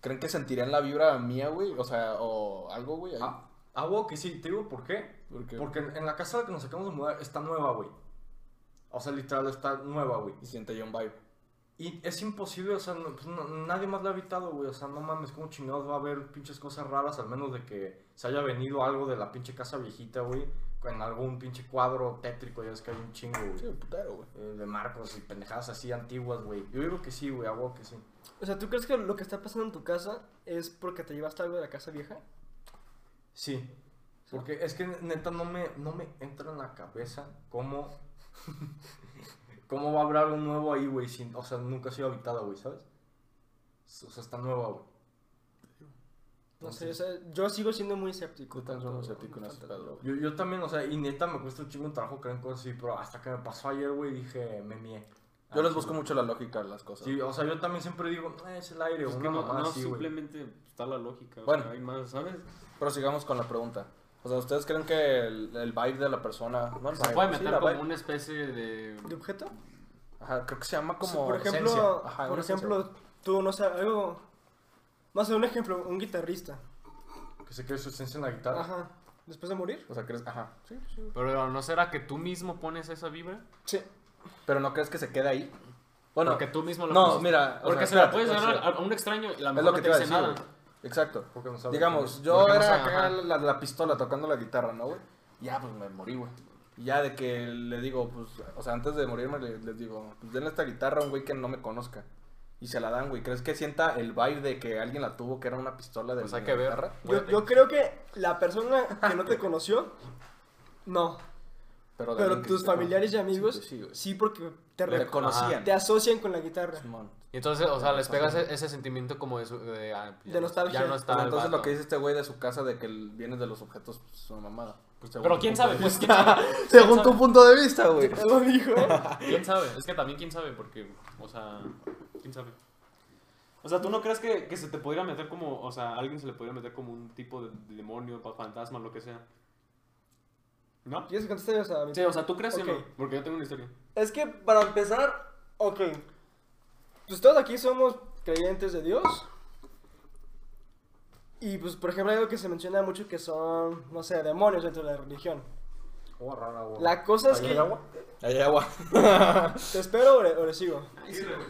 Speaker 2: ¿Creen que sentirían la vibra mía, güey? O sea, o algo, güey. ahí?
Speaker 3: Ah.
Speaker 1: A Ah, a huevo que sí, te digo por qué.
Speaker 2: Porque,
Speaker 1: Porque en en la casa a la que nos acabamos de mudar está nueva, güey. O sea, literal está nueva, güey.
Speaker 2: Y siente yo un vibe.
Speaker 1: Y es imposible, o sea, no- pues, no- nadie más la ha habitado, güey. O sea, no mames, como chingados va a haber pinches cosas raras, al menos de que se haya venido algo de la pinche casa viejita, güey. En algún pinche cuadro tétrico, ya es que hay un chingo,
Speaker 2: Sí,
Speaker 1: güey.
Speaker 2: un putero, güey.
Speaker 1: eh, De marcos y pendejadas así antiguas, güey. Yo digo que sí, güey, a huevo que sí.
Speaker 3: O sea, ¿tú crees que lo que está pasando en tu casa es porque te llevaste algo de la casa vieja?
Speaker 1: Sí. Porque es que neta no me, no me entra en la cabeza cómo, cómo va a haber algo nuevo ahí, güey. sin- O sea, nunca ha sido habitada, güey, ¿sabes? O sea, está nueva, güey.
Speaker 3: No sé, o sea, yo sigo siendo muy escéptico.
Speaker 2: Yo también soy muy escéptico en
Speaker 3: No,
Speaker 2: ese
Speaker 3: tanto.
Speaker 2: pedo, güey.
Speaker 1: Yo, yo también, o sea, y neta me cuesta un chingo un trabajo creer en cosas así, pero hasta que me pasó ayer, güey, dije, me mié.
Speaker 2: Yo les
Speaker 1: Ah,
Speaker 2: busco mucho la lógica a las cosas.
Speaker 1: Sí, o sea, yo también siempre digo, "Eh, es el aire,
Speaker 4: Es
Speaker 1: o
Speaker 4: que
Speaker 1: una
Speaker 4: no,
Speaker 1: mamá
Speaker 4: no,
Speaker 1: así, güey.
Speaker 4: simplemente está la lógica. o
Speaker 2: Bueno.
Speaker 4: sea, hay más, ¿sabes?
Speaker 2: Pero sigamos con la pregunta. O sea, ¿ustedes creen que el, el vibe de la persona... No, el
Speaker 4: Se
Speaker 2: vibe,
Speaker 4: puede
Speaker 2: sí,
Speaker 4: meter
Speaker 2: la
Speaker 4: como
Speaker 2: vibe-
Speaker 4: una especie de.
Speaker 3: ¿De objeto?
Speaker 2: Ajá, creo que se llama
Speaker 3: O sea,
Speaker 2: como...
Speaker 3: por ejemplo,
Speaker 2: esencia. Ajá,
Speaker 3: por
Speaker 2: una esencia.
Speaker 3: ejemplo tú, no sé, algo... No sé, un ejemplo, un guitarrista.
Speaker 1: Que se cree su esencia en la guitarra.
Speaker 3: Ajá. ¿Después de morir?
Speaker 2: O sea, ¿crees? Ajá, sí, sí.
Speaker 4: Pero ¿no será que tú mismo pones esa vibra?
Speaker 3: Sí.
Speaker 2: Pero ¿no crees que se queda ahí?
Speaker 5: Bueno,
Speaker 4: Porque tú mismo lo
Speaker 5: no,
Speaker 4: pusiste.
Speaker 5: mira, o sea,
Speaker 4: Porque se la
Speaker 5: espérate,
Speaker 4: puedes
Speaker 5: o
Speaker 4: dar
Speaker 5: sea,
Speaker 4: a, a un extraño y la
Speaker 5: Es
Speaker 4: mejor
Speaker 5: lo
Speaker 4: no
Speaker 5: que
Speaker 4: te
Speaker 5: te iba a
Speaker 4: dice
Speaker 5: decir,
Speaker 4: nada.
Speaker 5: güey. Exacto.
Speaker 1: Porque no sabe
Speaker 5: Digamos,
Speaker 1: cómo
Speaker 5: yo
Speaker 4: Porque no
Speaker 5: era
Speaker 4: sabe,
Speaker 5: acá
Speaker 4: ajá.
Speaker 5: la, la pistola tocando la guitarra, ¿no, güey? Ya, pues me morí, güey. Y ya de que le digo, pues, o sea, antes de morirme le- les digo, pues denle esta guitarra a un güey que no me conozca. Y se la dan, güey. ¿Crees que sienta el vibe de que alguien la tuvo, que era una pistola de
Speaker 4: Pues
Speaker 5: la
Speaker 4: hay que ver.
Speaker 5: guitarra?
Speaker 3: Yo, yo creo que la persona que no te conoció, no.
Speaker 5: Pero, de
Speaker 3: Pero
Speaker 5: alguien que
Speaker 3: tus
Speaker 5: sí te
Speaker 3: familiares y
Speaker 5: conoce.
Speaker 3: amigos,
Speaker 2: pues
Speaker 5: Sí,
Speaker 3: sí,
Speaker 5: güey.
Speaker 3: porque
Speaker 5: Te
Speaker 3: te, recono-
Speaker 5: conocían.
Speaker 3: te asocian con la guitarra.
Speaker 5: Simón.
Speaker 4: Y entonces, o sea, les pegas e- ese sentimiento como de, su- de, ah, ya
Speaker 3: De
Speaker 4: no-
Speaker 3: nostalgia.
Speaker 4: Ya no está
Speaker 5: Pues
Speaker 4: el
Speaker 5: entonces lo
Speaker 4: vato.
Speaker 5: que dice este güey de su casa de que el- vienes de los objetos pues, es una mamada. Pues, según
Speaker 4: Pero
Speaker 5: tu
Speaker 4: quién
Speaker 5: punto de
Speaker 4: sabe,
Speaker 5: vista.
Speaker 4: pues quién sabe.
Speaker 5: Según tu punto de vista, güey.
Speaker 3: Ya lo dijo, ¿eh?
Speaker 4: ¿Quién sabe? Es que también quién sabe, porque, o sea, quién sabe. O sea, ¿tú no crees que, que se te pudiera meter como, o sea, alguien se le pudiera meter como un tipo de, de demonio, pa- fantasma, lo que sea? ¿No?
Speaker 3: ¿Quieres contestar o sea, mi-
Speaker 4: Sí, o sea, ¿tú crees o
Speaker 3: Ok.
Speaker 4: no? Porque yo tengo una historia.
Speaker 3: Es que para empezar, ok. Pues todos aquí somos creyentes de Dios. Y pues, por ejemplo, hay algo que se menciona mucho que son, no sé, demonios dentro de la religión.
Speaker 1: Agua rara, agua.
Speaker 3: La cosa es
Speaker 1: ¿Hay
Speaker 3: que.
Speaker 1: agua?
Speaker 5: Ahí hay agua.
Speaker 3: ¿Te espero o le, o le sigo?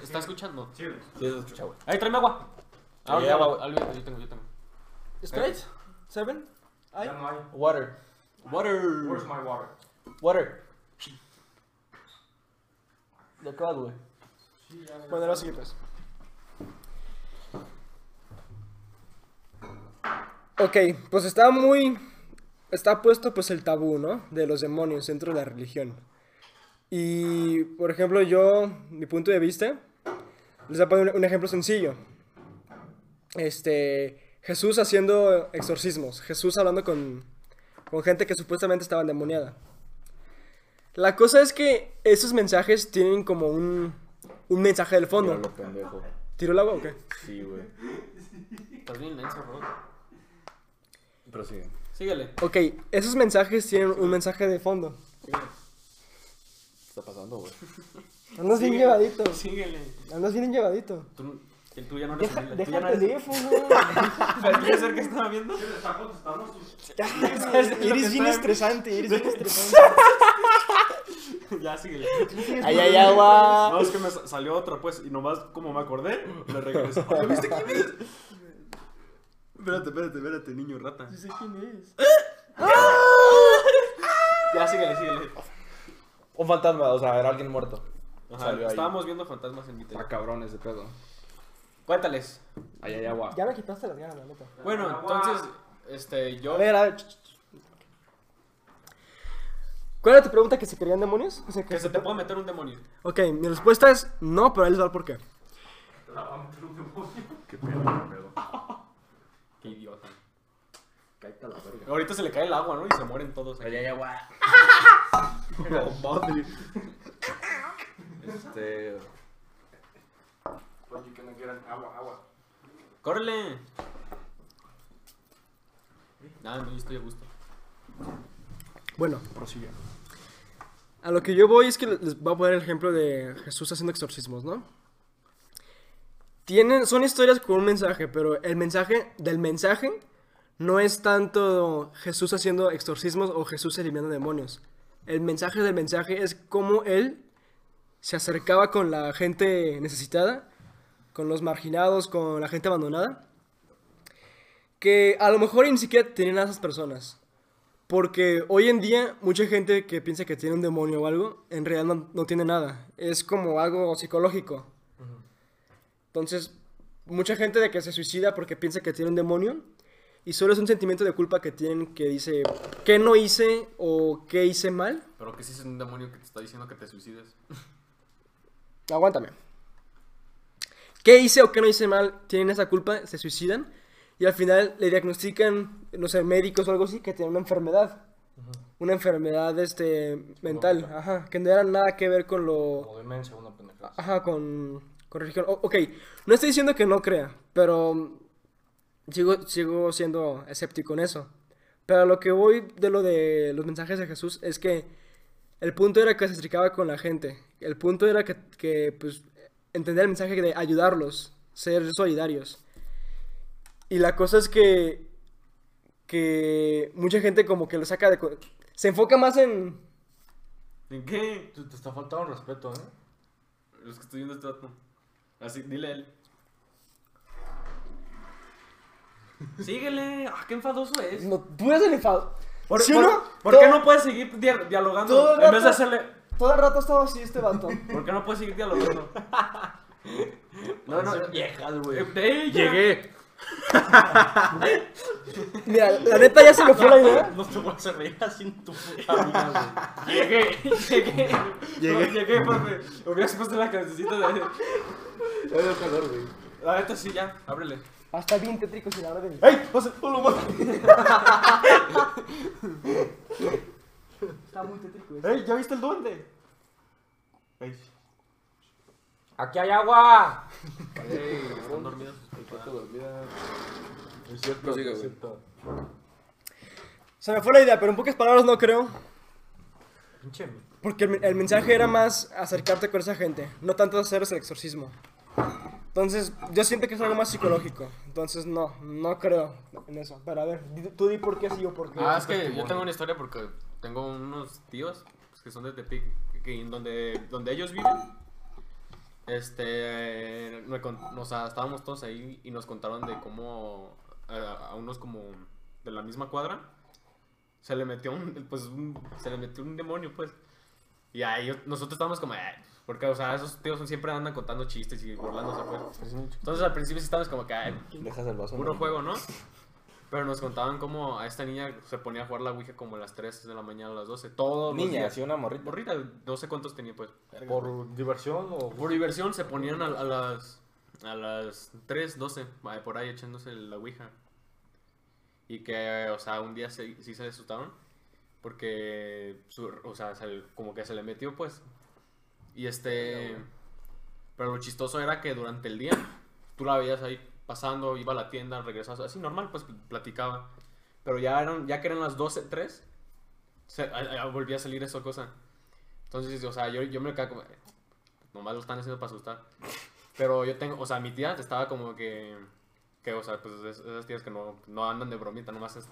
Speaker 4: ¿Está escuchando? Ah,
Speaker 1: Sí, güey.
Speaker 5: Sí, se escucha, güey.
Speaker 4: Ahí, tráeme agua.
Speaker 5: Sí,
Speaker 4: Ahora,
Speaker 5: agua,
Speaker 4: agua.
Speaker 5: güey.
Speaker 4: Olvídate, yo tengo, yo tengo.
Speaker 3: ¿Straight? ¿Seven? ¿Ay?
Speaker 1: Ya no hay.
Speaker 5: Water.
Speaker 1: Where's
Speaker 5: Water.
Speaker 1: my water?
Speaker 5: Water. Ya acabas, güey.
Speaker 3: Bueno, ahora sí, pues. Ok, pues está muy... Está puesto pues el tabú, ¿no? De los demonios dentro de la religión. Y, por ejemplo, yo, mi punto de vista, les voy a poner un- un ejemplo sencillo. Este, Jesús haciendo exorcismos, Jesús hablando con, con gente que supuestamente estaba endemoniada. La cosa es que esos mensajes tienen como un, un mensaje del fondo.
Speaker 5: Lo pendejo.
Speaker 3: ¿Tiró el agua o qué?
Speaker 5: Sí, güey.
Speaker 4: Estás bien inmenso, bro.
Speaker 5: Pero sí.
Speaker 4: Síguele.
Speaker 3: Ok, esos mensajes tienen un mensaje de fondo.
Speaker 5: ¿Qué está pasando, güey?
Speaker 3: Andas bien llevadito.
Speaker 4: Síguele.
Speaker 3: Andas bien llevadito.
Speaker 4: Tú, que tú ya no eres humilde.
Speaker 3: Deja
Speaker 4: Tú ya no
Speaker 3: el
Speaker 4: eres...
Speaker 3: teléfono.
Speaker 4: ¿Quieres ser que estaba viendo?
Speaker 1: Está contestando sus-
Speaker 3: Eres bien
Speaker 4: está-
Speaker 3: estresante, eres bien estresante.
Speaker 4: ya, síguele.
Speaker 5: Ahí hay agua.
Speaker 4: No, es que me sa- salió otra, pues, y nomás como me acordé, le regresé. Oye, ¿Viste quién es? Espérate, espérate, espérate, niño rata.
Speaker 3: No sé quién es.
Speaker 4: Ya, síguele, síguele.
Speaker 5: Un fantasma, o sea, era alguien muerto.
Speaker 4: Ajá,
Speaker 5: Salió ahí.
Speaker 4: estábamos viendo fantasmas en mi
Speaker 5: Está
Speaker 4: tele.
Speaker 5: cabrón ese pedo.
Speaker 4: Cuéntales.
Speaker 5: Ahí hay agua.
Speaker 3: Ya me quitaste las ganas, la neta.
Speaker 4: Bueno, entonces, este, yo...
Speaker 3: A ver, a ver. ch- ch- ch- ¿Cuál era tu pregunta que se querían demonios? O sea,
Speaker 4: Que se te puede meter un demonio.
Speaker 3: Ok, mi respuesta es no, pero ahí les va el porqué.
Speaker 4: Qué idiota. Ahorita se le cae el agua, ¿no? Y se mueren todos. Aquí.
Speaker 5: Ahí hay agua. Este.
Speaker 1: Oye, que no quieran agua, agua.
Speaker 4: ¡Córrele! Nada, no, yo estoy a gusto.
Speaker 3: Bueno, A lo que yo voy es que les voy a poner el ejemplo de Jesús haciendo exorcismos, ¿no? Tienen, son historias con un mensaje, pero el mensaje del mensaje no es tanto Jesús haciendo exorcismos o Jesús eliminando demonios. El mensaje del mensaje es cómo él se acercaba con la gente necesitada, con los marginados, con la gente abandonada, que a lo mejor ni siquiera tenían a esas personas. Porque hoy en día mucha gente que piensa que tiene un demonio o algo, en realidad no, no tiene nada. Es como algo psicológico. Entonces, mucha gente de que se suicida porque piensa que tiene un demonio y solo es un sentimiento de culpa que tienen que dice, ¿qué no hice o qué hice mal?
Speaker 4: Pero que si es un demonio que te está diciendo que te suicides.
Speaker 3: Aguántame. ¿Qué hice o qué no hice mal? Tienen esa culpa, se suicidan y al final le diagnostican, no sé, médicos o algo así, que tienen una enfermedad. Una enfermedad este, mental, ajá, que no era nada que ver con lo...
Speaker 1: O demencia, una pendejada.
Speaker 3: Ajá, con, con religión. O- ok, no estoy diciendo que no crea, pero mm, sigo, sigo siendo escéptico en eso. Pero lo que voy de lo de los mensajes de Jesús es que el punto era que se acercaba con la gente. El punto era que, que, pues, entender el mensaje de ayudarlos, ser solidarios. Y la cosa es que, que mucha gente como que lo saca de... co- Se enfoca más en...
Speaker 4: ¿En qué?
Speaker 1: Te, te está faltando respeto, ¿eh?
Speaker 4: los que estoy viendo este dato. Así, dile a él. Síguele. Ah, qué enfadoso es.
Speaker 3: No, tú eres el enfado.
Speaker 4: ¿Por,
Speaker 3: ¿Sí o
Speaker 4: por-
Speaker 3: no?
Speaker 4: por qué
Speaker 3: Todo-
Speaker 4: no puedes seguir dia-
Speaker 3: todo el
Speaker 4: dialogando? En vez
Speaker 3: rato-
Speaker 4: de hacerle.
Speaker 3: Todo el rato estaba así este vato.
Speaker 4: ¿Por qué no puedes seguir dialogando? No, no,
Speaker 1: Viejas, güey.
Speaker 4: eh, de ella.
Speaker 2: Llegué.
Speaker 3: Mira, la neta ya se me fue la idea.
Speaker 1: No te vas a reír así en tu puta vida,
Speaker 4: Llegué, llegué.
Speaker 2: Llegué.
Speaker 4: Llegué, llegué, profe. Hubieras puesto la cancioncita de. La neta sí, ya, ábrele.
Speaker 3: Hasta bien tétrico sin hablar de mí.
Speaker 1: güey. ¡Ey! ¡Pasa! ¡No lo mato!
Speaker 3: Está muy tétrico ¿eh? eso.
Speaker 1: ¡Ey! ¿Ya viste el duende? ¡Ey! ¡Aquí hay agua!
Speaker 4: Están dormidos.
Speaker 1: Es cierto,
Speaker 2: Prosigue,
Speaker 1: es
Speaker 2: güey.
Speaker 1: cierto.
Speaker 3: Se me fue la idea, pero en pocas palabras no creo.
Speaker 1: Pinche mi-
Speaker 3: Porque el, men- el mensaje era más acercarte con esa gente, no tanto hacer el exorcismo. Entonces, yo siento que es algo más psicológico. Entonces, no, no creo en eso. Pero a ver, di- tú di por qué sí o por qué.
Speaker 4: Ah, es que yo tengo una historia porque tengo unos tíos pues, que son de Tepic, que en donde, donde ellos viven, este, me con- o sea, estábamos todos ahí y nos contaron de cómo a, a unos como de la misma cuadra se le metió un, pues, un- se le metió un demonio, pues. Y ahí yo- nosotros estábamos como, "Eh", porque, o sea, esos tíos son- siempre andan contando chistes y burlándose, pues. Entonces al principio sí estábamos como que, "Ay,
Speaker 5: Dejas el vaso.
Speaker 4: puro juego, ¿no? Pero nos contaban cómo a esta niña se ponía a jugar la Ouija como a las 3 de la mañana, a las 12, todos los
Speaker 5: Niña,
Speaker 4: días.
Speaker 5: así una morrita.
Speaker 4: Borrita, no sé cuántos tenía, pues.
Speaker 1: ¿Por diversión o...?
Speaker 4: Por diversión se ponían a, a las a las 3, 12, ah, por ahí echándose la Ouija. Y que, o sea, un día se- sí se asustaron porque, su- o sea, se le- como que se le metió, pues. Y este... Pero lo chistoso era que durante el día tú la veías ahí pasando, iba a la tienda, regresaba, así normal, pues pl- platicaba. Pero ya, eran, ya que eran las 12, 3, se, a- a- volvía a salir esa cosa. Entonces, o sea, yo, yo me quedaba como, "Eh, nomás lo están haciendo para asustar. Pero yo tengo, o sea, mi tía estaba como que, que o sea, pues es- esas tías que no, no andan de bromita, nomás es-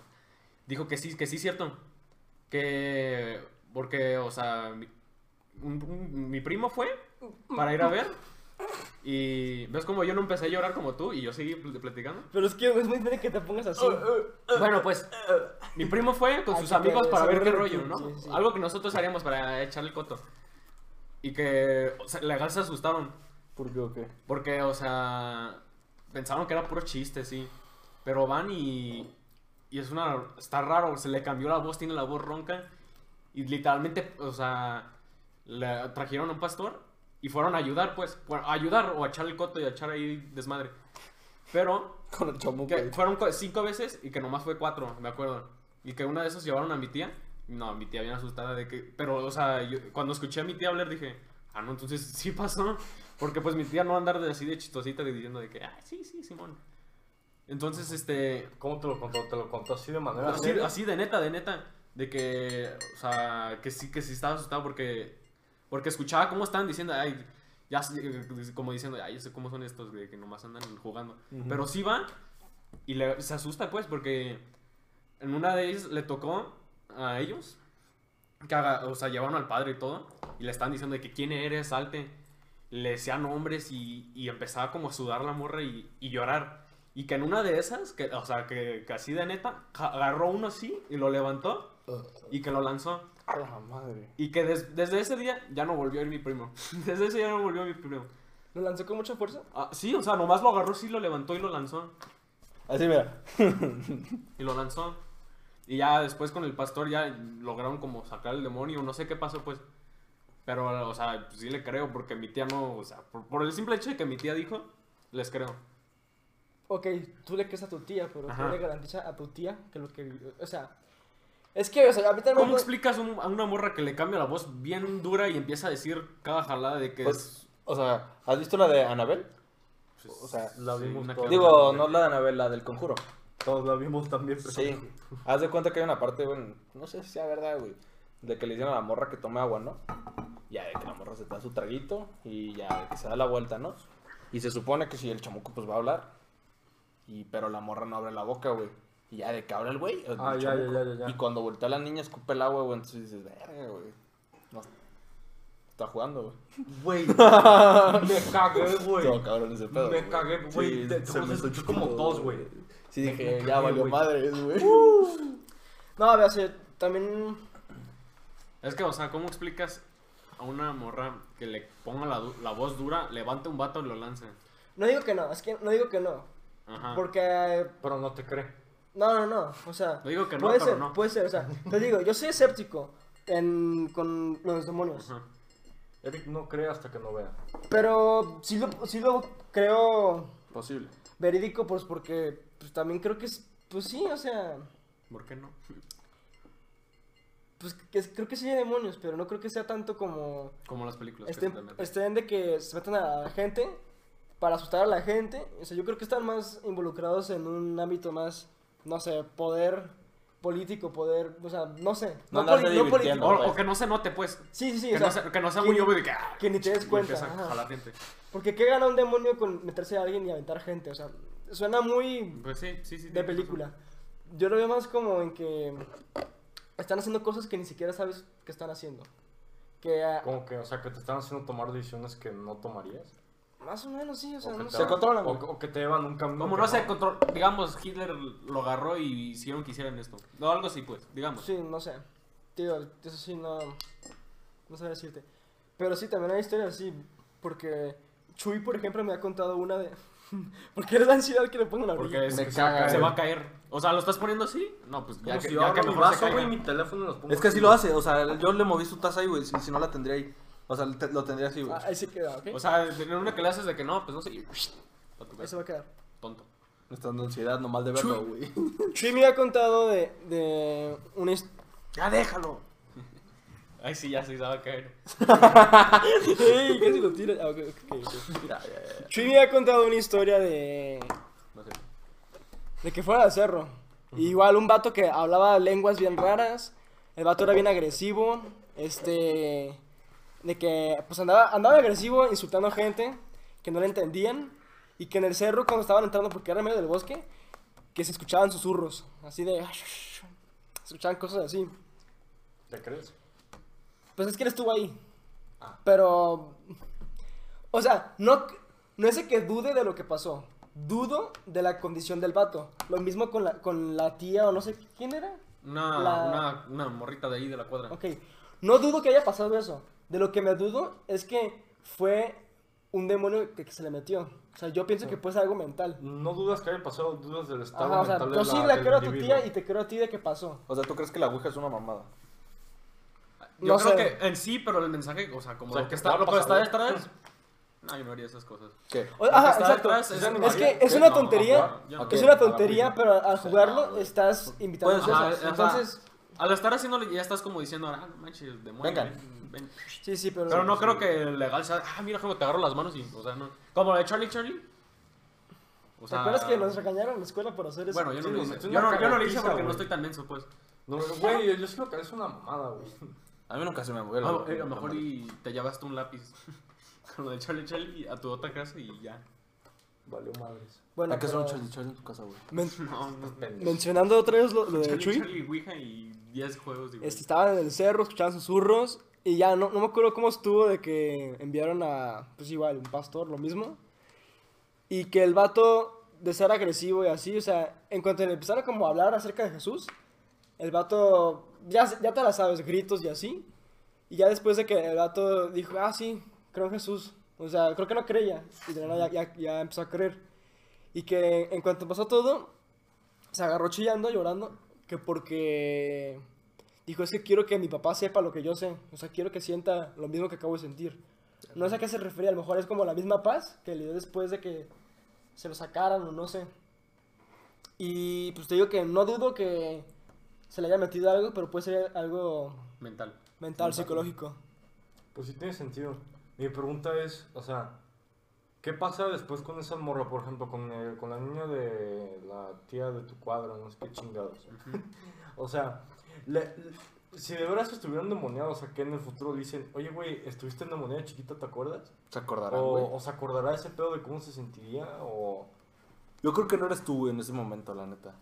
Speaker 4: dijo que sí, que sí, cierto. Que, porque, o sea, mi, un- un- mi primo fue para ir a ver. Y ves como yo no empecé a llorar como tú y yo seguí pl- platicando.
Speaker 3: Pero es que es muy bien que te pongas así.
Speaker 4: Oh, Bueno, pues mi primo fue con
Speaker 3: Ah,
Speaker 4: sus
Speaker 3: sí,
Speaker 4: amigos
Speaker 3: claro,
Speaker 4: para ver qué
Speaker 3: seguro
Speaker 4: rollo,
Speaker 3: que-
Speaker 4: ¿no?
Speaker 3: sí, sí.
Speaker 4: Algo que nosotros haríamos para echarle el coto. Y que o sea, legal se asustaron.
Speaker 5: ¿Por qué o qué?
Speaker 4: Porque, o sea, pensaron que era puro chiste, sí. Pero van y. Y es una. Está raro, se le cambió la voz, tiene la voz ronca. Y literalmente, o sea, le trajeron a un pastor y fueron a ayudar, pues. bueno, a ayudar o a echar el coto y a echar ahí desmadre. Pero
Speaker 5: Con el chamuco.
Speaker 4: que fueron cu- cinco veces y que nomás fue cuatro, me acuerdo. Y que una de esas llevaron a mi tía. No, mi tía bien asustada de que... Pero, o sea, yo- cuando escuché a mi tía hablar dije... Ah, no, entonces sí pasó. Porque pues mi tía no va a andar de así de chistosita de diciendo de que... Ah, sí, sí, Simón. Entonces, este...
Speaker 1: ¿Cómo te lo contó? ¿Te lo contó así de manera
Speaker 5: Pues
Speaker 4: Así,
Speaker 1: seria?
Speaker 4: así de neta, de neta. De que, o sea, que sí, que sí estaba asustado porque, porque escuchaba cómo estaban diciendo, ay, ya, sé", como diciendo, ay, yo sé cómo son estos, de que nomás andan jugando. Pero sí va y le- se asusta, pues, porque en una de ellas le tocó a ellos, que haga- o sea, llevaron al padre y todo, y le estaban diciendo de que quién eres, salte. Le decían nombres y, y empezaba como a sudar la morra y, y llorar. Y que en una de esas, que, o sea, que, que así de neta, ja- agarró uno así y lo levantó y que lo lanzó.
Speaker 5: A la madre.
Speaker 4: Y que des- desde ese día ya no volvió a ir mi primo. Desde ese día no volvió mi primo.
Speaker 3: Lo lanzó con mucha fuerza.
Speaker 4: Ah, sí, o sea, nomás lo agarró, sí, lo levantó y lo lanzó.
Speaker 5: Así mira.
Speaker 4: Y lo lanzó. Y ya después con el pastor ya lograron como sacar el demonio, no sé qué pasó pues. Pero, o sea, pues, sí le creo porque mi tía no, o sea, por, por el simple hecho de que mi tía dijo, les creo.
Speaker 3: Ok, tú le crees a tu tía, pero
Speaker 4: Ajá.
Speaker 3: tú le garantizas a tu tía que lo que. O sea. Es que, o sea, a mí también.
Speaker 4: ¿Cómo explicas un- a una morra que le cambia la voz bien dura y empieza a decir cada jalada de que es...
Speaker 5: Pues, o sea, ¿has visto la de Anabel? O sea,
Speaker 1: La
Speaker 4: sí,
Speaker 1: vimos
Speaker 4: una
Speaker 1: todos.
Speaker 4: que-
Speaker 5: digo, Pues, no la de Anabel, la del conjuro.
Speaker 1: Todos la vimos también. pero-
Speaker 5: Sí. Haz de cuenta que hay una parte, bueno, no sé si sea verdad, güey. De que le dicen a la morra que tome agua, ¿no? Ya de que la morra se da su traguito y ya de que se da la vuelta, ¿no? Y se supone que si el chamuco pues va a hablar. Y pero la morra no abre la boca, güey. Y ya de que habla el güey. el
Speaker 1: Ah, ya, ya,
Speaker 5: chamuco.
Speaker 1: ya, ya, ya.
Speaker 5: Y cuando voltea la niña escupe el agua, güey. Entonces dices, verga, güey. No. está jugando, güey.
Speaker 1: Güey, me cagué,
Speaker 5: Todo
Speaker 1: güey.
Speaker 5: cabrón ese pedo.
Speaker 1: Me
Speaker 5: güey.
Speaker 1: cagué, güey.
Speaker 5: Sí,
Speaker 1: Te-
Speaker 5: se me
Speaker 1: te-
Speaker 5: hizo
Speaker 1: te- como
Speaker 5: chido,
Speaker 1: dos, güey.
Speaker 5: Sí, dije,
Speaker 1: Me
Speaker 5: ya
Speaker 1: cagué,
Speaker 5: valió
Speaker 1: güey. Uh.
Speaker 5: madre, güey.
Speaker 3: No, a ver, sí, también.
Speaker 4: Es que, o sea, ¿cómo explicas a una morra que le ponga la, du- la voz dura, levante un vato y lo lance?
Speaker 3: No digo que no, es que no digo que no.
Speaker 4: Ajá.
Speaker 3: Porque. eh,
Speaker 1: Pero no te cree.
Speaker 3: No, no, no. O sea.
Speaker 4: No digo que no,
Speaker 3: puede
Speaker 4: pero
Speaker 3: ser,
Speaker 4: no.
Speaker 3: Puede ser, o sea. Te digo, yo soy escéptico en, con los demonios.
Speaker 4: Ajá.
Speaker 1: Eric no cree hasta que no vea.
Speaker 3: Pero sí lo, sí lo creo
Speaker 5: Posible.
Speaker 3: verídico, pues porque pues, también creo que es. Pues sí, o sea.
Speaker 4: ¿Por qué no?
Speaker 3: Pues que, es- creo que sí hay demonios, pero no creo que sea tanto como.
Speaker 4: Como las películas. que
Speaker 3: Estén,
Speaker 4: se te meten.
Speaker 3: estén de que se metan a la gente para asustar a la gente. O sea, yo creo que están más involucrados en un ámbito más, no sé, poder político, poder, o sea, no sé.
Speaker 5: No
Speaker 3: No,
Speaker 5: andarse
Speaker 3: poli- no
Speaker 5: divirtiendo.
Speaker 4: O,
Speaker 3: político.
Speaker 4: o que no se note, pues.
Speaker 3: Sí, sí, sí.
Speaker 4: Que,
Speaker 3: O sea,
Speaker 4: no sea, que no sea
Speaker 3: que-
Speaker 4: muy obvio de que. ah,
Speaker 3: que ni te des
Speaker 4: y
Speaker 3: cuenta,
Speaker 4: empieza a
Speaker 3: ajá.
Speaker 4: jalar gente.
Speaker 3: Porque ¿qué gana un demonio con meterse a alguien y aventar gente? O sea, suena muy
Speaker 4: Pues sí, sí, sí.
Speaker 3: de
Speaker 4: tienes
Speaker 3: película. Yo lo veo más como en que están haciendo cosas que ni siquiera sabes que están haciendo. Que ah,
Speaker 1: Como que, o sea, que te están haciendo tomar decisiones que no tomarías.
Speaker 3: más o menos sí, o sea,
Speaker 1: O que
Speaker 3: no
Speaker 1: te
Speaker 3: sé.
Speaker 5: Se
Speaker 1: van-
Speaker 5: controlan,
Speaker 1: O,
Speaker 5: güey.
Speaker 1: o que te llevan un camino.
Speaker 4: razón. Como
Speaker 1: que
Speaker 4: no se control. Digamos, Hitler lo agarró y hicieron que hicieran esto. No, algo así, pues. Digamos.
Speaker 3: Sí, no sé. Tío, eso sí, no. No sé decirte. Pero sí, también hay historias así. Porque Chuy, por ejemplo, me ha contado una de. ¿Por qué le da ansiedad que le pongan a
Speaker 4: Porque es-
Speaker 5: Me
Speaker 4: se,
Speaker 5: caga,
Speaker 4: se
Speaker 5: güey.
Speaker 4: va a caer. O sea, ¿lo estás poniendo así? No, pues ya
Speaker 1: Como
Speaker 4: que,
Speaker 1: si
Speaker 4: ya
Speaker 1: yo
Speaker 4: que
Speaker 1: abro mi
Speaker 4: mejor se
Speaker 1: brazo,
Speaker 4: caiga.
Speaker 1: güey, mi teléfono y los pongo.
Speaker 5: Es que así lo hace, o sea, yo le moví su taza ahí, güey, si, si no la tendría ahí. O sea, te- lo tendría así, güey.
Speaker 3: Ah, ahí se queda, ¿ok?
Speaker 4: O sea, en una que le haces de que no, pues no sé. y- pa' tu
Speaker 3: Ahí se
Speaker 4: casa.
Speaker 3: va a quedar.
Speaker 4: Tonto.
Speaker 5: Me está dando ansiedad nomás de verlo, güey.
Speaker 3: Chuy me ha contado de. de una his-
Speaker 5: ¡Ya déjalo!
Speaker 4: Ay, sí, ya sí, se va a caer.
Speaker 3: ¡Ey! Casi lo tira. Ah, ok, ok, ok. Chuy me ha contado una historia de.
Speaker 4: No sé.
Speaker 3: De que fuera al cerro. Y Igual un vato que hablaba lenguas bien raras. El vato era bien agresivo. Este. De que pues andaba, andaba agresivo insultando gente que no le entendían. Y que en el cerro, cuando estaban entrando, porque era en medio del bosque, que se escuchaban susurros. Así de. Se escuchaban cosas así.
Speaker 1: ¿Te crees?
Speaker 3: Pues es que él estuvo ahí.
Speaker 1: Ah.
Speaker 3: Pero. O sea, no, no es de que dude de lo que pasó. Dudo de la condición del vato. Lo mismo con la, con la tía o no sé quién era.
Speaker 4: Una,
Speaker 3: La-
Speaker 4: una, una morrita de ahí de la
Speaker 1: Ah.
Speaker 4: cuadra.
Speaker 3: Ok. No dudo que haya pasado eso. De lo que me dudo es que fue un demonio que, que se le metió. O sea, yo pienso que puede ser algo mental.
Speaker 1: No dudas que haya pasado dudas del estado
Speaker 3: Ajá, o sea,
Speaker 1: mental de
Speaker 3: yo sí
Speaker 1: la-
Speaker 3: la
Speaker 1: del
Speaker 3: creo a tu
Speaker 1: individuo.
Speaker 3: tía y te creo a ti de que pasó.
Speaker 5: O sea, ¿tú crees que la Ouija es una mamada?
Speaker 4: Yo
Speaker 3: No
Speaker 4: creo
Speaker 3: sé.
Speaker 4: que en sí, pero el mensaje, o sea, como
Speaker 1: O sea,
Speaker 4: lo que
Speaker 1: que
Speaker 4: está,
Speaker 1: va a
Speaker 4: lo que está
Speaker 1: pasar.
Speaker 4: detrás. No, yo no haría esas cosas.
Speaker 5: ¿Qué?
Speaker 3: O- ajá,
Speaker 4: está
Speaker 3: exacto.
Speaker 4: detrás es
Speaker 3: Es que
Speaker 4: animal.
Speaker 3: es
Speaker 4: Sí,
Speaker 3: una
Speaker 4: no,
Speaker 3: tontería.
Speaker 4: no, yo no.
Speaker 5: Ok.
Speaker 3: Es
Speaker 5: a
Speaker 3: una
Speaker 5: la
Speaker 3: tontería,
Speaker 5: Ouija.
Speaker 3: pero al jugarlo
Speaker 5: güey.
Speaker 3: estás invitando
Speaker 5: Puede ser,
Speaker 3: a
Speaker 4: Ajá,
Speaker 3: cosas.
Speaker 4: ajá.
Speaker 3: Entonces,
Speaker 4: Al estar haciéndole, ya estás como diciendo, ah, no manches, demonio.
Speaker 5: Vengan.
Speaker 4: ven, ven".
Speaker 3: sí, sí, pero.
Speaker 4: Pero no creo que el legal sea, ah, mira cómo te agarro las manos y, o sea, no. Como la de Charlie Charlie. O
Speaker 3: ¿Te acuerdas que nos regañaron en la escuela por hacer eso?
Speaker 4: Bueno, yo no
Speaker 1: Sí,
Speaker 4: lo
Speaker 1: nos
Speaker 4: hice.
Speaker 1: metió
Speaker 4: Yo
Speaker 1: una
Speaker 4: no, yo no lo hice
Speaker 1: caracteriza,
Speaker 4: porque no
Speaker 1: güey.
Speaker 4: estoy tan menso, pues.
Speaker 1: No, güey, yo- yo sí lo que es una mamada, güey.
Speaker 5: A mí nunca se me movió
Speaker 4: A
Speaker 5: la
Speaker 4: lo-
Speaker 5: Ouija.
Speaker 4: eh, a lo mejor y te llevaste un lápiz. Con lo de Charlie Charlie a tu otra casa y ya.
Speaker 1: Valió madres. Pues,
Speaker 3: Bueno,
Speaker 5: Hay que hacer un
Speaker 3: pero-
Speaker 5: Charlie Charlie en tu casa, güey.
Speaker 3: men-
Speaker 4: No, no.
Speaker 3: mencionando otra vez lo, lo de
Speaker 4: Charlie
Speaker 3: Chuy,
Speaker 4: Charlie Ouija y 10 juegos. digo.
Speaker 3: este, estaban en el cerro, escuchaban susurros y ya no, no me acuerdo cómo estuvo de que enviaron a, pues igual, un pastor, lo mismo. Y que el vato, de ser agresivo y así, o sea, en cuanto le empezaron como a hablar acerca de Jesús, el vato, ya, ya te la sabes, gritos y así. Y ya después de que el vato dijo, ah, sí, creo en Jesús. O sea, creo que no creía. Y de la nada ya, ya- ya empezó a creer. Y que en cuanto pasó todo, se agarró chillando, llorando, que porque dijo, es que quiero que mi papá sepa lo que yo sé. O sea, quiero que sienta lo mismo que acabo de sentir. No sé a qué se refería, a lo mejor es como la misma paz que le dio después de que se lo sacaran o no sé. Y pues te digo que no dudo que se le haya metido algo, pero puede ser algo
Speaker 4: Mental.
Speaker 3: mental, psicológico.
Speaker 1: Pues sí tiene sentido. Mi pregunta es, o sea, ¿qué pasa después con esa morra, por ejemplo, con, el- con la niña de la tía de tu cuadro, no sé qué chingados? o sea, le- le- si de veras estuvieran endemoniados, o sea, que en el futuro le dicen, oye, güey, estuviste endemoniada chiquita, ¿te acuerdas?
Speaker 5: Se acordarán, güey.
Speaker 1: O, o se acordará ese pedo de cómo se sentiría, o...
Speaker 5: Yo creo que no eres tú, güey, en ese momento, la neta.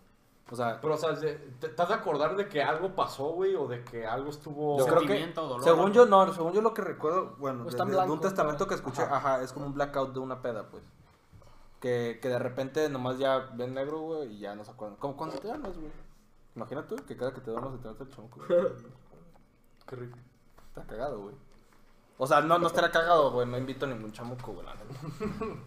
Speaker 2: O sea,
Speaker 1: Pero, o sea, de- te, te has de acordar de que algo pasó, güey, o de que algo estuvo.
Speaker 2: yo creo que.
Speaker 4: sentimiento, dolor,
Speaker 2: Según
Speaker 4: ¿no?
Speaker 2: yo, no, según yo lo que recuerdo, bueno,
Speaker 3: Pues
Speaker 2: de,
Speaker 3: está
Speaker 2: de-
Speaker 3: blanco,
Speaker 2: de un testamento
Speaker 3: ¿no?
Speaker 2: que escuché, ajá, es como un blackout de una peda, pues. Que, que de repente nomás ya ven negro, güey, y ya no se acuerdan. Como cuando te duermes, güey. Imagínate que cada que te duermes se te mete el chonco, güey.
Speaker 1: Qué rico.
Speaker 2: Está cagado, güey. O sea, no, no estará cagado, güey. No invito a ningún chamuco, güey. la neta.